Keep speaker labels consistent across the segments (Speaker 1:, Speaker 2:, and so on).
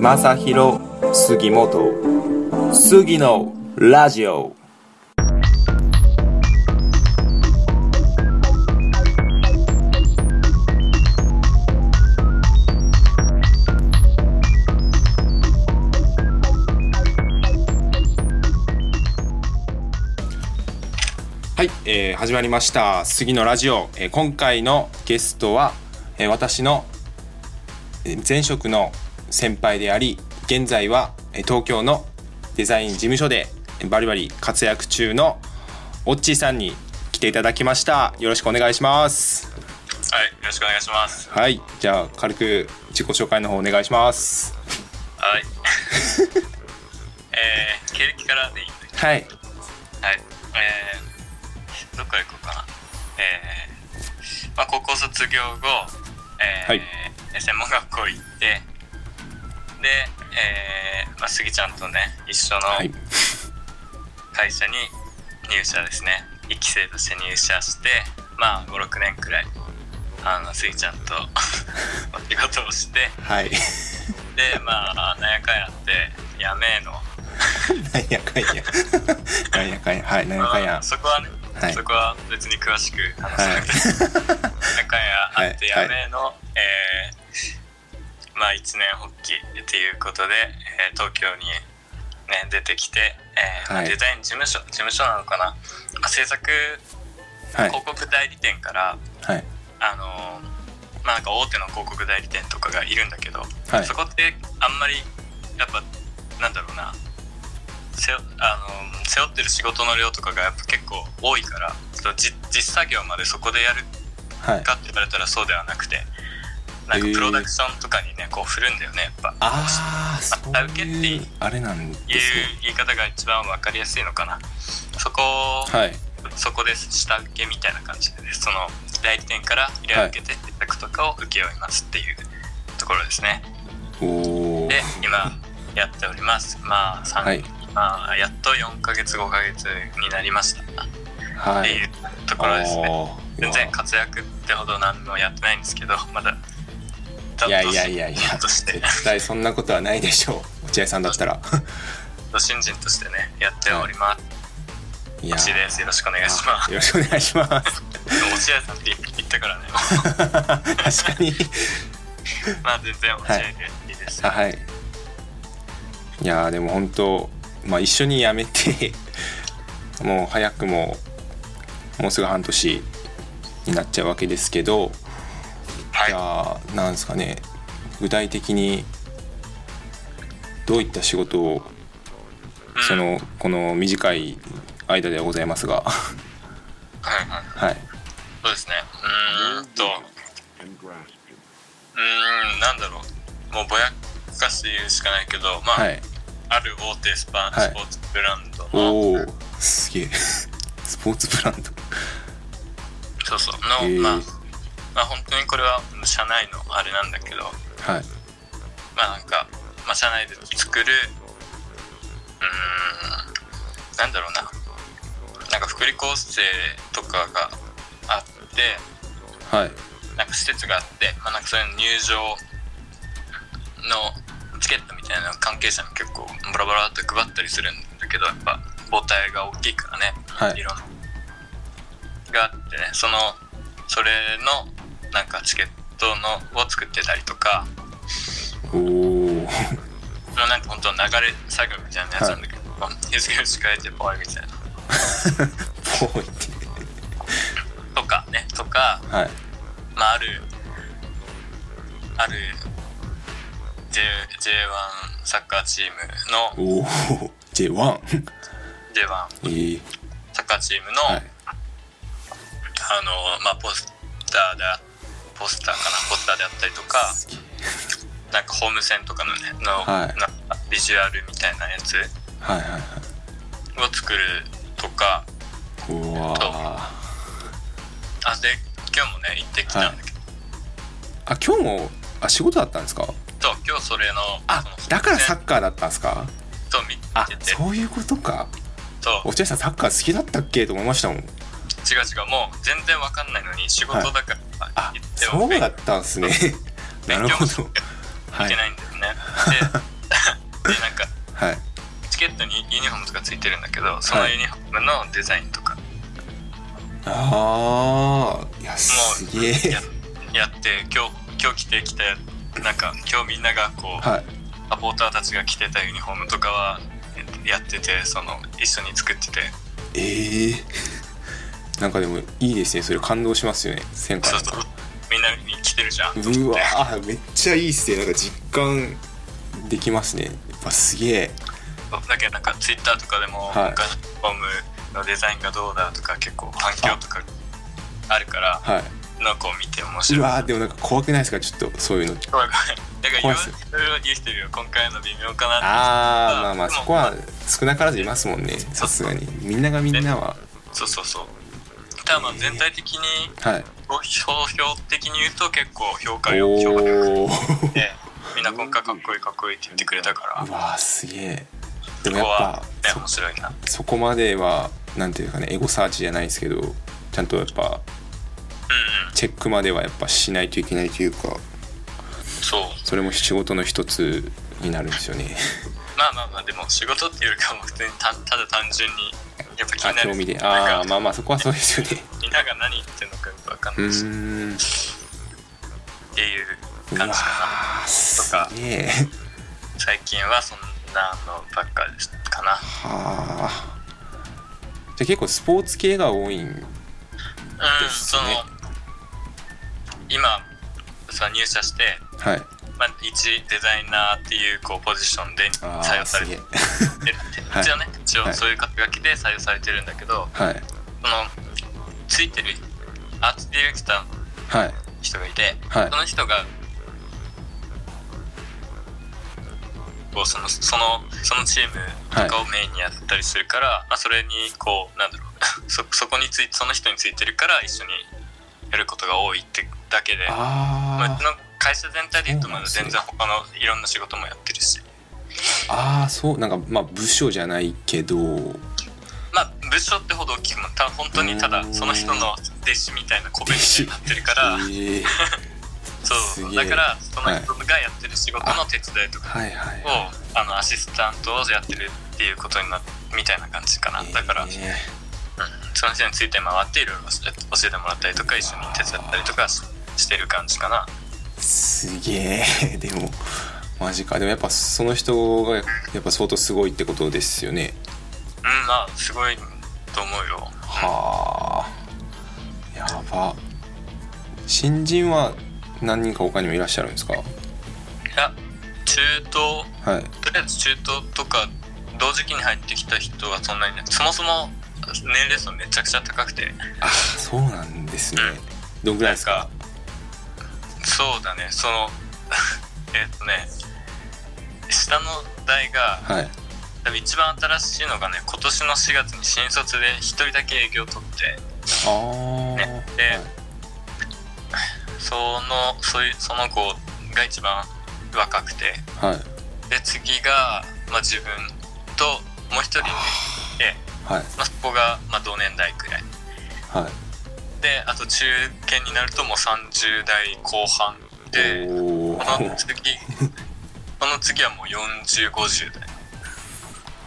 Speaker 1: 正弘杉本杉のラジオはい、えー始まりました杉のラジオ、えー今回のゲストは、えー私のえー前職の先輩であり現在はえー東京のデザイン事務所でえーバリバリ活躍中のオッチーさんに来ていただきましたよろしくお願いします
Speaker 2: はい、よろしくお願いします。
Speaker 1: はいじゃあ軽く自己紹介の方お願いします
Speaker 2: はい。 えー、経歴からでいいんで。
Speaker 1: はい
Speaker 2: はい。えー、どっから行こうかな。えー、まあ、高校卒業後、えー
Speaker 1: はい
Speaker 2: 専門学校行って、で、えー、まあ、スギちゃんとね、一緒の
Speaker 1: はい
Speaker 2: 会社に入社ですね。一期生として入社して、まあ、5、6年くらい、あの、スギちゃんと お仕事をして、
Speaker 1: はい
Speaker 2: でまあなんやかんやってやめえの
Speaker 1: なんやかんやなんやかんやはいなんやかん
Speaker 2: ま
Speaker 1: や
Speaker 2: あそこはね、
Speaker 1: はい
Speaker 2: そこは別に詳しく話さ
Speaker 1: は
Speaker 2: なくて、なんやかんやあってやめえの、えーまあ一年発起っていうことで、えー東京に、ね、出てきて、えーまあ
Speaker 1: はい
Speaker 2: デザイン事務所事務所なのかな、まあ、制作
Speaker 1: いはい
Speaker 2: 広告代理店から、
Speaker 1: はい
Speaker 2: あのーまあなんか大手の広告代理店とかがいるんだけど、
Speaker 1: はい
Speaker 2: そこってあんまりやっぱなんだろうな背負あの背負ってる仕事の量とかがやっぱ結構多いからそのじ実作業までそこでやる
Speaker 1: はい
Speaker 2: かって言われたらそうではなくてなんか
Speaker 1: へー
Speaker 2: プロダクションとかにねこう振るんだよねやっぱ
Speaker 1: ああそう
Speaker 2: あ受けってい
Speaker 1: いううあれなんです
Speaker 2: いう
Speaker 1: ね
Speaker 2: 言い方が一番わかりやすいのかなそこを
Speaker 1: はい
Speaker 2: そこで下請けみたいな感じで、ね、その代理店から依頼を受けて接客とかを請け負いますっていうところですね
Speaker 1: おお
Speaker 2: で今やっておりますまあ3、
Speaker 1: はい
Speaker 2: まあ、やっと4ヶ月5ヶ月になりましたっ
Speaker 1: は
Speaker 2: て
Speaker 1: い
Speaker 2: いうところですね、
Speaker 1: おー
Speaker 2: 全然活躍ってほど何もやってないんですけど まだ
Speaker 1: いやいやいやいや
Speaker 2: として
Speaker 1: 絶対そんなことはないでしょう落合さんだった ら
Speaker 2: と新人としてねやっております、
Speaker 1: いや
Speaker 2: 落合ですよろしくお願いしま
Speaker 1: よろしくお願いします
Speaker 2: す落合さんって言っ たからね
Speaker 1: 確かに
Speaker 2: まあ全然落合でいいですよ、
Speaker 1: あはいいやーでも本当まあ一緒に辞めて もう早くももうすぐ半年になっちゃうわけですけど、
Speaker 2: はい
Speaker 1: じゃあなんですかね具体的にどういった仕事を
Speaker 2: うん
Speaker 1: そのこの短い間ではございますが
Speaker 2: はいはい
Speaker 1: はい
Speaker 2: そうですねうーんとうーんなんだろうもうぼやかして言うしかないけどまあ、
Speaker 1: はい
Speaker 2: ある大手ス
Speaker 1: は
Speaker 2: パ
Speaker 1: い
Speaker 2: スポーツブランドの、
Speaker 1: おおすげえ スポーツブランド
Speaker 2: そうそうの、
Speaker 1: えー
Speaker 2: まあ、まあ本当にこれは社内のあれなんだけど
Speaker 1: はい
Speaker 2: まあなんか、まあ、社内で作るうーんなんだろうななんか福利厚生とかがあって
Speaker 1: はい
Speaker 2: なんか施設があって、まあ、なんかそれの入場のチケットみたいなの関係者に結構バラバラっと配ったりするんだけどやっぱ母体が大きいからね
Speaker 1: はい
Speaker 2: いろんながあってねそのそれのなんかチケットのを作ってたりとか
Speaker 1: おお
Speaker 2: そのなんか本当流れ作業みたいなやつなんだけど、日付を変えて終わりみたいな
Speaker 1: ぽいって
Speaker 2: とかねとか、
Speaker 1: はい
Speaker 2: まあ、あるある J J1 サッカーチームの
Speaker 1: おお J1
Speaker 2: J1
Speaker 1: えー、
Speaker 2: サッカーチームの、
Speaker 1: はい
Speaker 2: あのまあポスターであポスターかなポスターであったりとか。
Speaker 1: すげえ
Speaker 2: なんかホームセンとかの,、ねの
Speaker 1: はい
Speaker 2: なんかビジュアルみたいなやつ
Speaker 1: はいはいはい
Speaker 2: を作るとか
Speaker 1: うわあ
Speaker 2: あで今日もね行ってきたんだけど、
Speaker 1: あ今日もあ仕事だったんですか
Speaker 2: そう今日それの
Speaker 1: あ
Speaker 2: その
Speaker 1: だからサ
Speaker 2: ホーム
Speaker 1: ッカーだったんですか
Speaker 2: センと見
Speaker 1: あ
Speaker 2: てて
Speaker 1: そういうことか
Speaker 2: そう
Speaker 1: 落合さんサッカー好きだったっけと思いましたもん
Speaker 2: 違う違うもう全然わかんないのに仕事だから、
Speaker 1: あ
Speaker 2: 行って
Speaker 1: そうだったんですねなるほど
Speaker 2: 勉強もしなきゃ
Speaker 1: はいい
Speaker 2: けないんだよね、ねででなんか
Speaker 1: はい
Speaker 2: チケットにユニフォームとかついてるんだけどそのユニフォームのデザインとかも
Speaker 1: ああいやす
Speaker 2: う
Speaker 1: げえ
Speaker 2: ややって今日今日着てきたなんか今日みんながこう
Speaker 1: はい
Speaker 2: サポーターたちが着てたユニフォームとかはやっててその一緒に作ってて
Speaker 1: ええ なんかでもいいですねそれ感動しますよね戦火
Speaker 2: そうそうみんなに着てるじゃん
Speaker 1: うわ ーめっちゃいいっすねなんか実感できますねやっぱすげえ
Speaker 2: だけどなんかツイッターとかでも、
Speaker 1: はい
Speaker 2: ユニフォームのデザインがどうだとか結構反響とかあるから
Speaker 1: はい
Speaker 2: の子を見て面
Speaker 1: う
Speaker 2: 白い
Speaker 1: わーでもなんか怖くないですかちょっとそういうの
Speaker 2: 怖い怖いだからいろ
Speaker 1: 怖
Speaker 2: い
Speaker 1: いっすよ
Speaker 2: ろ言う人いるよ今回の微妙かな
Speaker 1: あーまあまあ
Speaker 2: でも
Speaker 1: そこは少なからずいますもんねさすがにみんながみんなは
Speaker 2: そうそうそうただまあ全体的に
Speaker 1: はい
Speaker 2: 総評的に言うと結構評価よ評価よく
Speaker 1: おおー
Speaker 2: てみんな今回かっこいいかっこいいって言ってくれたから
Speaker 1: うわーすげえで
Speaker 2: そ
Speaker 1: もやっ
Speaker 2: こは
Speaker 1: ぱ
Speaker 2: ね面白いな
Speaker 1: そそこまではなんていうかねエゴサーチじゃないですけどちゃんとやっぱ
Speaker 2: うんうん
Speaker 1: チェックまではやっぱしないといけないというか
Speaker 2: そう
Speaker 1: それも仕事の一つになるんですよ ね
Speaker 2: まあまあまあでも仕事っていうよりかはもう普通にたただ単純にやっぱ気
Speaker 1: あ
Speaker 2: になる
Speaker 1: 興味で
Speaker 2: な
Speaker 1: ああ
Speaker 2: んか
Speaker 1: まあまあそこはそうですよ ね
Speaker 2: みんなが何言ってるのかよくわかん
Speaker 1: う
Speaker 2: ないしっ
Speaker 1: ーん
Speaker 2: ていう
Speaker 1: う
Speaker 2: 感
Speaker 1: わ
Speaker 2: じか
Speaker 1: ーすげえ
Speaker 2: な最近はそんなのばっかりですかな
Speaker 1: はあじゃあ結構スポーツ系が多いん
Speaker 2: うん、
Speaker 1: です
Speaker 2: そ
Speaker 1: ね
Speaker 2: の今その入社して、
Speaker 1: はい
Speaker 2: まあ、一デザイナーっていうこうポジションで
Speaker 1: あ
Speaker 2: 採用
Speaker 1: あ
Speaker 2: さ
Speaker 1: す
Speaker 2: れ
Speaker 1: げ
Speaker 2: て
Speaker 1: え
Speaker 2: る
Speaker 1: はい
Speaker 2: 一応ね一
Speaker 1: は
Speaker 2: 応
Speaker 1: い
Speaker 2: そういう肩書きで採用されてるんだけど
Speaker 1: はい
Speaker 2: そのついてるアートディレクターの
Speaker 1: はい
Speaker 2: 人がいて、
Speaker 1: はい
Speaker 2: その人がこうそのそのそのチームとかをメインにやったりするから、まあ、それにこうなんだろう そそこについその人についてるから一緒にやることが多いってだけでまあ
Speaker 1: あ
Speaker 2: うちの会社全体で言うとまだ
Speaker 1: そうなんで
Speaker 2: 全
Speaker 1: すね
Speaker 2: 然他のいろんな仕事もやってるし
Speaker 1: ーあーそうなんかまあ部署じゃないけ ど
Speaker 2: まあ部署ってほど大きくもた本当にただその人の弟子みたいな個別になって るから
Speaker 1: ええ
Speaker 2: そ
Speaker 1: す
Speaker 2: う
Speaker 1: げえ
Speaker 2: だからその人がやってる仕事の手伝いとか
Speaker 1: はい はい
Speaker 2: をあのアシスタントをやってるっていうことになみたいな感じかなだから、うん
Speaker 1: え
Speaker 2: その人について回っていろいろ教えてもらったりとか一緒に手伝ったりとかししてる感じかな
Speaker 1: えすげえ でもマジかでもやっぱその人がやっぱ相当すごいってことですよね
Speaker 2: うんまあすごいと思うよ
Speaker 1: はあやば新人は何人か他にもいらっしゃるんですか
Speaker 2: いや中東
Speaker 1: はい
Speaker 2: とりあえず中東とか同時期に入ってきた人はそんなにねそもそも年齢層めちゃくちゃ高くて
Speaker 1: あそうなんですねどんぐらいですか
Speaker 2: そうだねその えっとね下の台が
Speaker 1: はい
Speaker 2: 多分一番新しいのがね今年の4月に新卒で1人だけ営業取って
Speaker 1: ああ、
Speaker 2: ねでそのそういうその子が一番若くて
Speaker 1: はいはい
Speaker 2: で次が、まあ、自分ともう一人で、
Speaker 1: はい
Speaker 2: まあ、そこが、まあ、同年代くらい
Speaker 1: はい
Speaker 2: であと中堅になるともう30代後半で
Speaker 1: お
Speaker 2: こ
Speaker 1: お
Speaker 2: の 次この次はもう4050代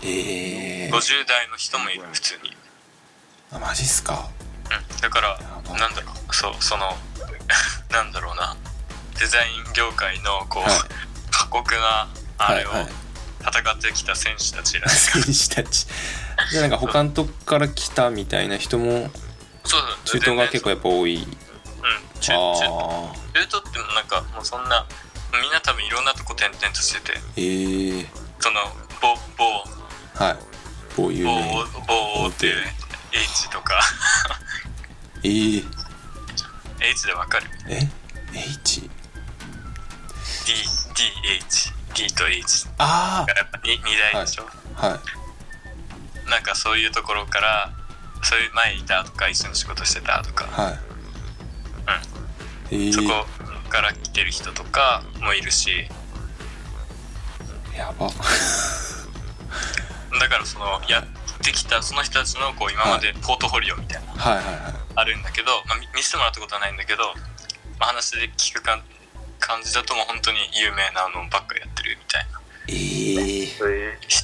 Speaker 1: ええー、
Speaker 2: 50代の人もいる普通に、う
Speaker 1: あマジっすか
Speaker 2: ん、だから
Speaker 1: ば
Speaker 2: なんだろうそうその なんだろうなデザイン業界のこ
Speaker 1: は
Speaker 2: う、
Speaker 1: い
Speaker 2: 過酷なあれを
Speaker 1: はい はい
Speaker 2: 戦ってきた選手た ちら、
Speaker 1: 選手たちでなんか他のとこから来たみたいな人も
Speaker 2: そう
Speaker 1: 中
Speaker 2: そう
Speaker 1: 東が結構やっぱ多い
Speaker 2: うん中中
Speaker 1: ああ
Speaker 2: 中東ってもなんかもうそんなみんな多分いろんなとこ転々としてて
Speaker 1: ええー、
Speaker 2: その某某
Speaker 1: はいこういう
Speaker 2: 某
Speaker 1: ね
Speaker 2: 某っていう H とか
Speaker 1: えー、
Speaker 2: H でわかる
Speaker 1: え H
Speaker 2: DDH D と H
Speaker 1: あ
Speaker 2: がやっぱ 2, 台でしょ、
Speaker 1: あはい
Speaker 2: なんかそういうところからそういう前いたとか一緒に仕事してたとか、
Speaker 1: はいえ
Speaker 2: そ
Speaker 1: ー、
Speaker 2: こから来てる人とかもいるし
Speaker 1: やば
Speaker 2: だからそのやってきたその人たちのこう今までポートフォリオみたいなの
Speaker 1: はいはいはい
Speaker 2: あるんだけど、まあ、み見せてもらったことはないんだけど、まあ、話で聞くかん感じだともう本当に有名なのばっかりやってる
Speaker 1: ええ
Speaker 3: そういう
Speaker 2: 人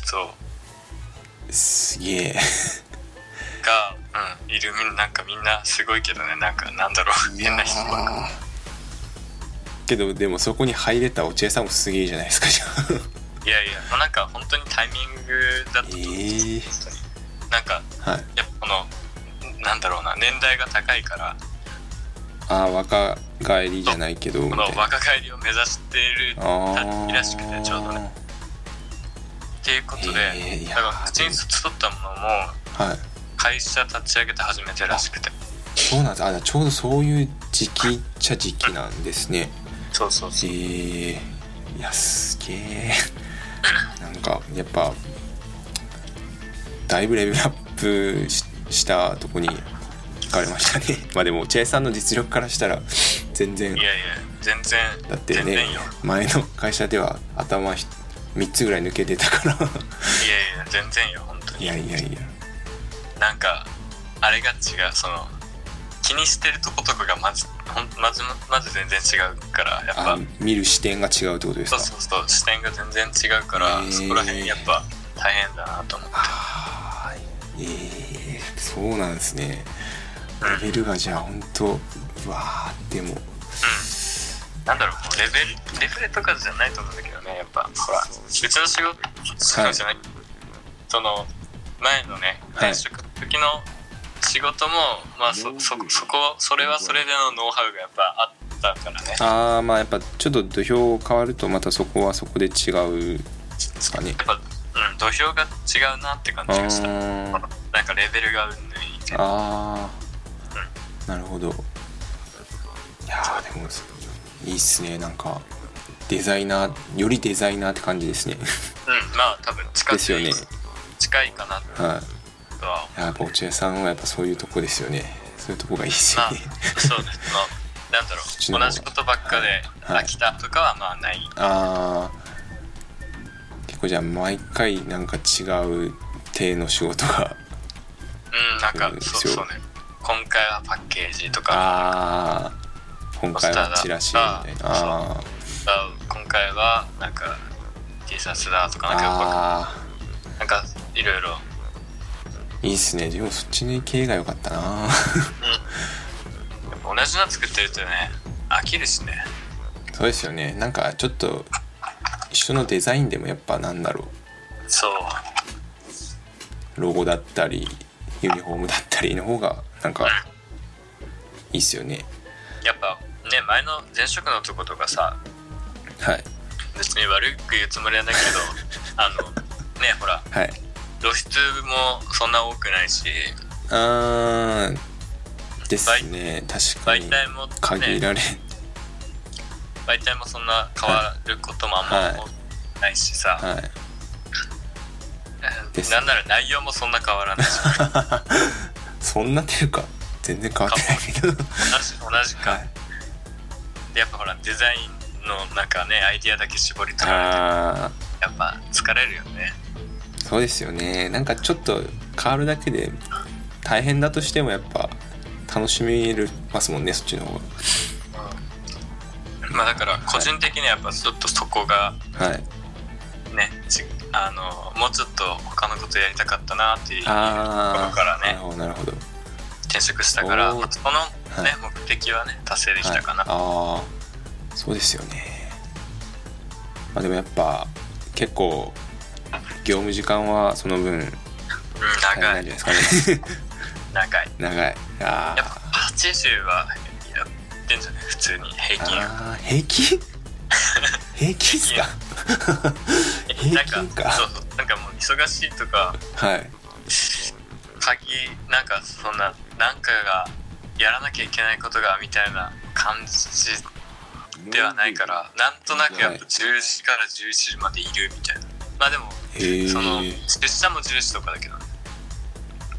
Speaker 1: すげえ
Speaker 2: が、うん、いるみんななんかみんなすごいけどねなんかなんだろう変な人ばっか
Speaker 1: けどでもそこに入れた落合さんもすげえじゃないですかじゃ
Speaker 2: いやいやもうなんか本当にタイミングだったと思う、
Speaker 1: ええ
Speaker 2: 本当になんか
Speaker 1: あはい
Speaker 2: やっぱこのなんだろうな年代が高いから
Speaker 1: ああ若返りじゃないけどみ
Speaker 2: こ
Speaker 1: た
Speaker 2: の
Speaker 1: いな
Speaker 2: 若返りを目指している
Speaker 1: ああ
Speaker 2: いらしくてちょうどねっていうことで、
Speaker 1: えーいや
Speaker 2: だから8人卒取ったものも
Speaker 1: はい
Speaker 2: 会社立ち上げて初めてらしくて
Speaker 1: そうなんですあじゃあちょうどそういう時期っちゃ時期なんですね
Speaker 2: そうそうそう
Speaker 1: ええいやすげえ なんかやっぱだいぶレベルアップししたとこに行かれましたね まあでもチェイさんの実力からしたら全然
Speaker 2: いやいや全然
Speaker 1: だって
Speaker 2: 全
Speaker 1: ね
Speaker 2: 然よ
Speaker 1: 前の会社では頭ひ3つぐらい抜けてたから
Speaker 2: いやいや全然よ本当に
Speaker 1: いやいやいや
Speaker 2: なんかあれが違うその気にしてるとことかがまずほんまずまず全然違うからやっぱ
Speaker 1: あ見る視点が違うってことです
Speaker 2: そ
Speaker 1: か
Speaker 2: うそうそう視点が全然違うから
Speaker 1: へー
Speaker 2: そこら辺やっぱ大変だなと思って
Speaker 1: はーいえー、そうなんですねレベルがじゃあ本当うわーでも
Speaker 2: なんだろうもうレベルレベルとかじゃないと思うんだけどねやっぱほらうちの仕事そうじゃない、その前のね
Speaker 1: はい
Speaker 2: 前職の時の仕事も、まあそそそこそれはそれでのノウハウがやっぱあったからね
Speaker 1: ああまあやっぱちょっと土俵変わるとまたそこはそこで違うですかね
Speaker 2: やっぱ、うん、土俵が違うなって感
Speaker 1: あ
Speaker 2: じがした。
Speaker 1: ー
Speaker 2: なんかレベルがうんぬんいいね。
Speaker 1: あーなるほどいやーでもいいっすねなんかデザイナーよりデザイナーって感じですね
Speaker 2: うん、まあ多分近い
Speaker 1: ですよね
Speaker 2: 近いかな
Speaker 1: はい
Speaker 2: とは思
Speaker 1: い
Speaker 2: う。
Speaker 1: ややっぱ落合さんはやっぱそういうとこですよねそういうとこがいいっす
Speaker 2: ま
Speaker 1: よ
Speaker 2: あ
Speaker 1: ね、
Speaker 2: そうです。まあ、なん だろ
Speaker 1: ちの
Speaker 2: う、
Speaker 1: 方が
Speaker 2: 同じことばっかで
Speaker 1: はい
Speaker 2: 飽きたとかはまあない。
Speaker 1: あー結構じゃあ毎回なんか違う体の仕事が
Speaker 2: うん、なん
Speaker 1: そ
Speaker 2: か
Speaker 1: うです
Speaker 2: そ
Speaker 1: よ
Speaker 2: うそうね。今回はパッケージとか、
Speaker 1: あー今回はチラシみたいなあー
Speaker 2: あ今回はなんか T シャツだとか、なんか
Speaker 1: あ
Speaker 2: なんかいろいろ。
Speaker 1: ーいいっすねでもそっちの系が良かったな
Speaker 2: やっぱ同じの作ってるとね、飽きるしね。
Speaker 1: そうですよねなんかちょっと一緒のデザインでもやっぱなんだろ
Speaker 2: そう。
Speaker 1: うロゴだったりユニフォームだったりの方がなんかいいっすよね
Speaker 2: やっぱね、前の前職のとことかさ、
Speaker 1: はい
Speaker 2: 別に悪く言うつもりはないけ どあのねほら
Speaker 1: はい
Speaker 2: 露出もそんな多くないし
Speaker 1: あーですね確か
Speaker 2: 媒
Speaker 1: に
Speaker 2: 体も
Speaker 1: 限
Speaker 2: ね
Speaker 1: られ
Speaker 2: 媒体もそんな変わることもあんま多くないしさ、
Speaker 1: はい
Speaker 2: えー
Speaker 1: です
Speaker 2: なんなら内容もそんな変わらな いし
Speaker 1: そんなていうか全然変わってないけど
Speaker 2: 同じ同じか、
Speaker 1: はい
Speaker 2: でやっぱほらデザインのなんかねアイディアだけ絞り取られて
Speaker 1: ああ
Speaker 2: やっぱ疲れるよね
Speaker 1: そうですよねなんかちょっと変わるだけで大変だとしてもやっぱ楽しめるますもんねそっちの方
Speaker 2: まあだから個人的にはやっぱちょっとそこが
Speaker 1: がはい
Speaker 2: ねちあのもうちょっと他のことやりたかったなっていう
Speaker 1: あ
Speaker 2: ここから
Speaker 1: あ、な
Speaker 2: ね
Speaker 1: るほどなるほど
Speaker 2: 転職したから、
Speaker 1: おー
Speaker 2: まあそこの、
Speaker 1: は
Speaker 2: ね
Speaker 1: い
Speaker 2: 目的はね達成でき
Speaker 1: はい
Speaker 2: たかな、
Speaker 1: ああそうですよねまあでもやっぱ結構業務時間はその分
Speaker 2: うん
Speaker 1: 大変ない
Speaker 2: 長
Speaker 1: んじゃないですかね
Speaker 2: 長い
Speaker 1: 長いあ
Speaker 2: やっぱ80はやってんじゃない普通に平均
Speaker 1: あー平均 平均っすか平
Speaker 2: な
Speaker 1: 均
Speaker 2: ん
Speaker 1: か
Speaker 2: かそうそうなんかもう忙しいとか
Speaker 1: はい
Speaker 2: 鍵なんかそんななんかがやらなきゃいけないことがみたいな感じではないからなんとなくやっぱ10時から11時までいるみたいなまあでも
Speaker 1: へえ
Speaker 2: その出社も10時とかだけどね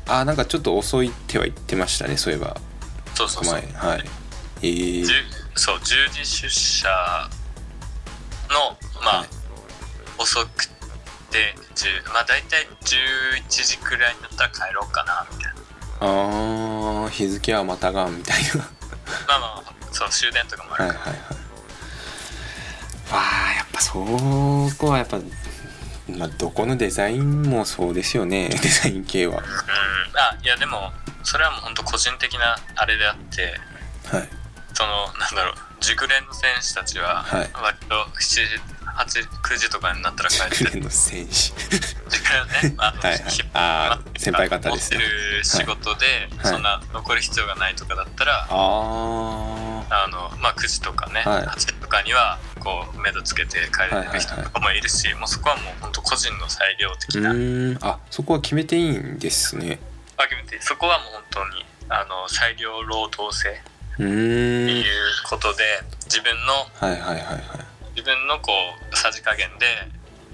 Speaker 1: あなんかちょっと遅い手は言ってましたねそういえば
Speaker 2: そうそうそう
Speaker 1: 前はいえー
Speaker 2: じゅそう10時出社のまあ、
Speaker 1: はい
Speaker 2: 遅くて10まあ大体11時くらいになったら帰ろうかなみたいな
Speaker 1: あー日付はまたがんみたい な
Speaker 2: まあまあそう終電とかもあ
Speaker 1: はい
Speaker 2: る
Speaker 1: はいは
Speaker 2: か
Speaker 1: いわあやっぱあそこはやっぱ、まあ、どこのデザインもそうですよね デザイン系は
Speaker 2: うんあいやでもそれはもう本当個人的なあれであって
Speaker 1: はい
Speaker 2: そのなんだろう熟練の選手たちは
Speaker 1: はい
Speaker 2: 割と7時8 9時とかになったら帰 って
Speaker 1: 熟練の選 手
Speaker 2: 熟練ね、まあ、
Speaker 1: はいはい
Speaker 2: ひ
Speaker 1: あー先輩方です
Speaker 2: 持ってる仕事で、
Speaker 1: はい
Speaker 2: そんな残る必要がないとかだったら、
Speaker 1: ああ
Speaker 2: あのまあ、9時とかね、
Speaker 1: はい
Speaker 2: 8時とかにはこう目処つけて帰れる人とかもいるし、もうそこはもう本当個人の裁量
Speaker 1: う
Speaker 2: 的な、
Speaker 1: ーんあそこは決めていいんですね
Speaker 2: あ決めてそこはもう本当にあの裁量労働制っ
Speaker 1: う
Speaker 2: てい
Speaker 1: ー
Speaker 2: うんことで、自分の
Speaker 1: はいはいはいはい
Speaker 2: 自分のこうさじ加減で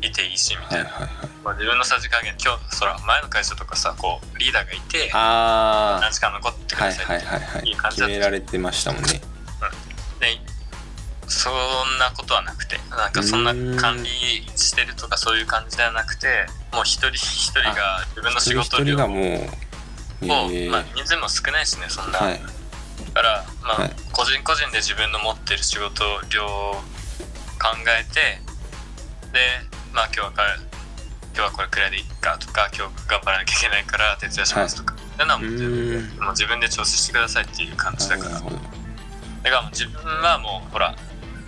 Speaker 2: いていいしみた
Speaker 1: はいいはい
Speaker 2: な、
Speaker 1: はい
Speaker 2: まあ、自分のさじ加減今日そら前の会社とかさこうリーダーがいて
Speaker 1: あ
Speaker 2: 何時間残って
Speaker 1: あ
Speaker 2: くだ
Speaker 1: はい
Speaker 2: さい
Speaker 1: はいはいはい
Speaker 2: いい感じ
Speaker 1: 決
Speaker 2: だった
Speaker 1: められてましたもんね
Speaker 2: でそんなことはなくてなんかそんな
Speaker 1: うん
Speaker 2: 管理してるとかそういう感じではなくてもう一人一人が自分の
Speaker 1: 一
Speaker 2: 仕
Speaker 1: 人
Speaker 2: 事
Speaker 1: 一
Speaker 2: 量
Speaker 1: 人
Speaker 2: を、
Speaker 1: がもうえー
Speaker 2: まあ、人数も少ないしねそんな、
Speaker 1: はい
Speaker 2: だから、まあ
Speaker 1: はい
Speaker 2: 個人個人で自分の持ってる仕事量を考えてでまあ今日はか今日はこれくらいでいいかとか今日頑張らなきゃいけないから徹夜しますとか、そんなのも全部
Speaker 1: うーん
Speaker 2: もう自分で調整してくださいっていう感じだから
Speaker 1: なるほど
Speaker 2: だからもう自分はもうほら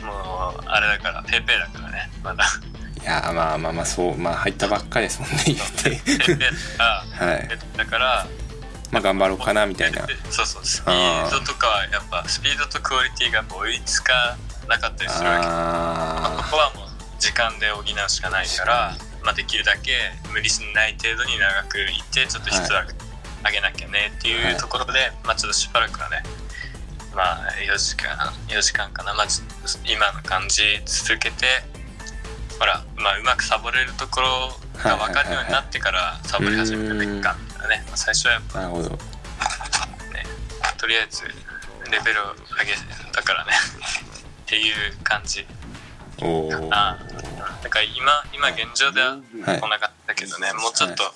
Speaker 2: もうあれだからペーペーだからねま だ
Speaker 1: いやーまあまあまあそうまあ入ったばっかりですもんね言って
Speaker 2: ペー ペーだか
Speaker 1: はい
Speaker 2: らだから
Speaker 1: まあ頑張ろうかなみたいな
Speaker 2: そうそうスピードとかはやっぱスピードとクオリティがやっぱ追いつかなかったりするわけこ
Speaker 1: あ
Speaker 2: こはもう時間で補うしかないから、まあ、できるだけ無理しない程度に長くいってちょっと質を上げ上げなきゃねって
Speaker 1: はいいう
Speaker 2: ところで、まあちょっとしばらくはねまあ4時間4時間かな、まあ、ちょっと今の感じ続けてほら、まあ、うまくサボれるところが分かるようになってからサボり始めるべきかみたいなね、まあ最初はやっ
Speaker 1: あなるほど
Speaker 2: ぱとりあえずレベルを上げたからね っていう感じ
Speaker 1: お
Speaker 2: か
Speaker 1: ー
Speaker 2: な。なんか今今現状では
Speaker 1: はい
Speaker 2: こんな感じだけどね、もうちょっと、
Speaker 1: は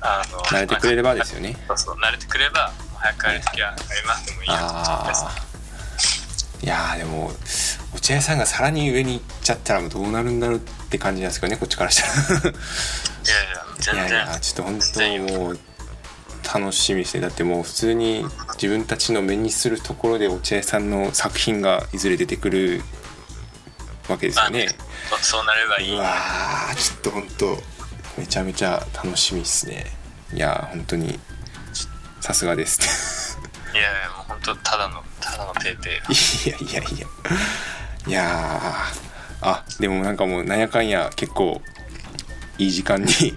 Speaker 2: あの
Speaker 1: 慣れてくれればですよね
Speaker 2: そうそう慣れてくれば早く帰る時は帰りますでもいいよと思ってます
Speaker 1: あーいやーでも落合さんがさらに上に行っちゃったらもうどうなるんだろうって感じなんですけどねこっちからした
Speaker 2: いやいや全
Speaker 1: らい
Speaker 2: 然
Speaker 1: やいやちょっと本当もう楽しみですねだってもう普通に自分たちの目にするところで落合さんの作品がいずれ出てくるわけです
Speaker 2: ま
Speaker 1: よ
Speaker 2: あ
Speaker 1: ね
Speaker 2: ねそうそうなればいいうい
Speaker 1: わーちょっと本当めちゃめちゃ楽しみですねいやー本当にさすがです
Speaker 2: やいやもう本当ただのただのペーペー
Speaker 1: いやいやいやいやーあでもなんかもうなんやかんや結構いい時間に
Speaker 2: すごい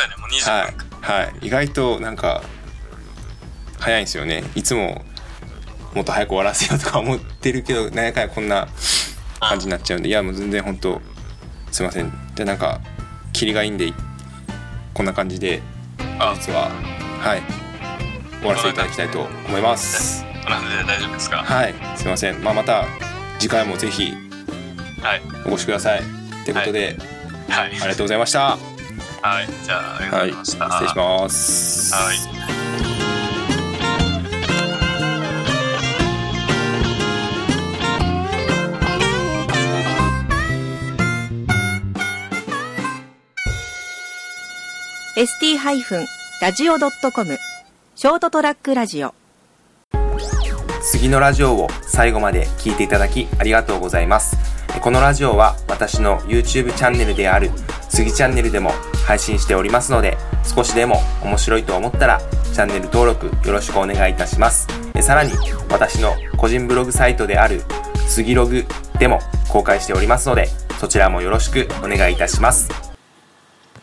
Speaker 2: よねもう20
Speaker 1: は
Speaker 2: 分
Speaker 1: い、はい、意外となんか早いんですよねいつももっと早く終わらせようとか思ってるけどなんやかんやこんな感じになっちゃうんでいやもう全然本当すいませんじゃあなんか霧がいいんでこんな感じで
Speaker 2: あ
Speaker 1: 実ははい終わらせていただきたいと思います。
Speaker 2: なので大丈夫ですかは
Speaker 1: はい、すいません。まあまた次回もぜひ
Speaker 2: い
Speaker 1: お越しください。ということで、
Speaker 2: はい
Speaker 1: ありがとうございました。
Speaker 2: はいじゃあありが
Speaker 1: は
Speaker 2: と
Speaker 1: い、
Speaker 2: うございまし
Speaker 1: 失
Speaker 2: た、
Speaker 1: 礼します。
Speaker 2: はい
Speaker 3: ー ST-radio.com ショートトラックラジオ
Speaker 1: 次のラジオを最後まで聞いていただきありがとうございますこのラジオは私の YouTube チャンネルである杉チャンネルでも配信しておりますので少しでも面白いと思ったらチャンネル登録よろしくお願いいたしますえさらに私の個人ブログサイトである杉ログでも公開しておりますのでそちらもよろしくお願いいたします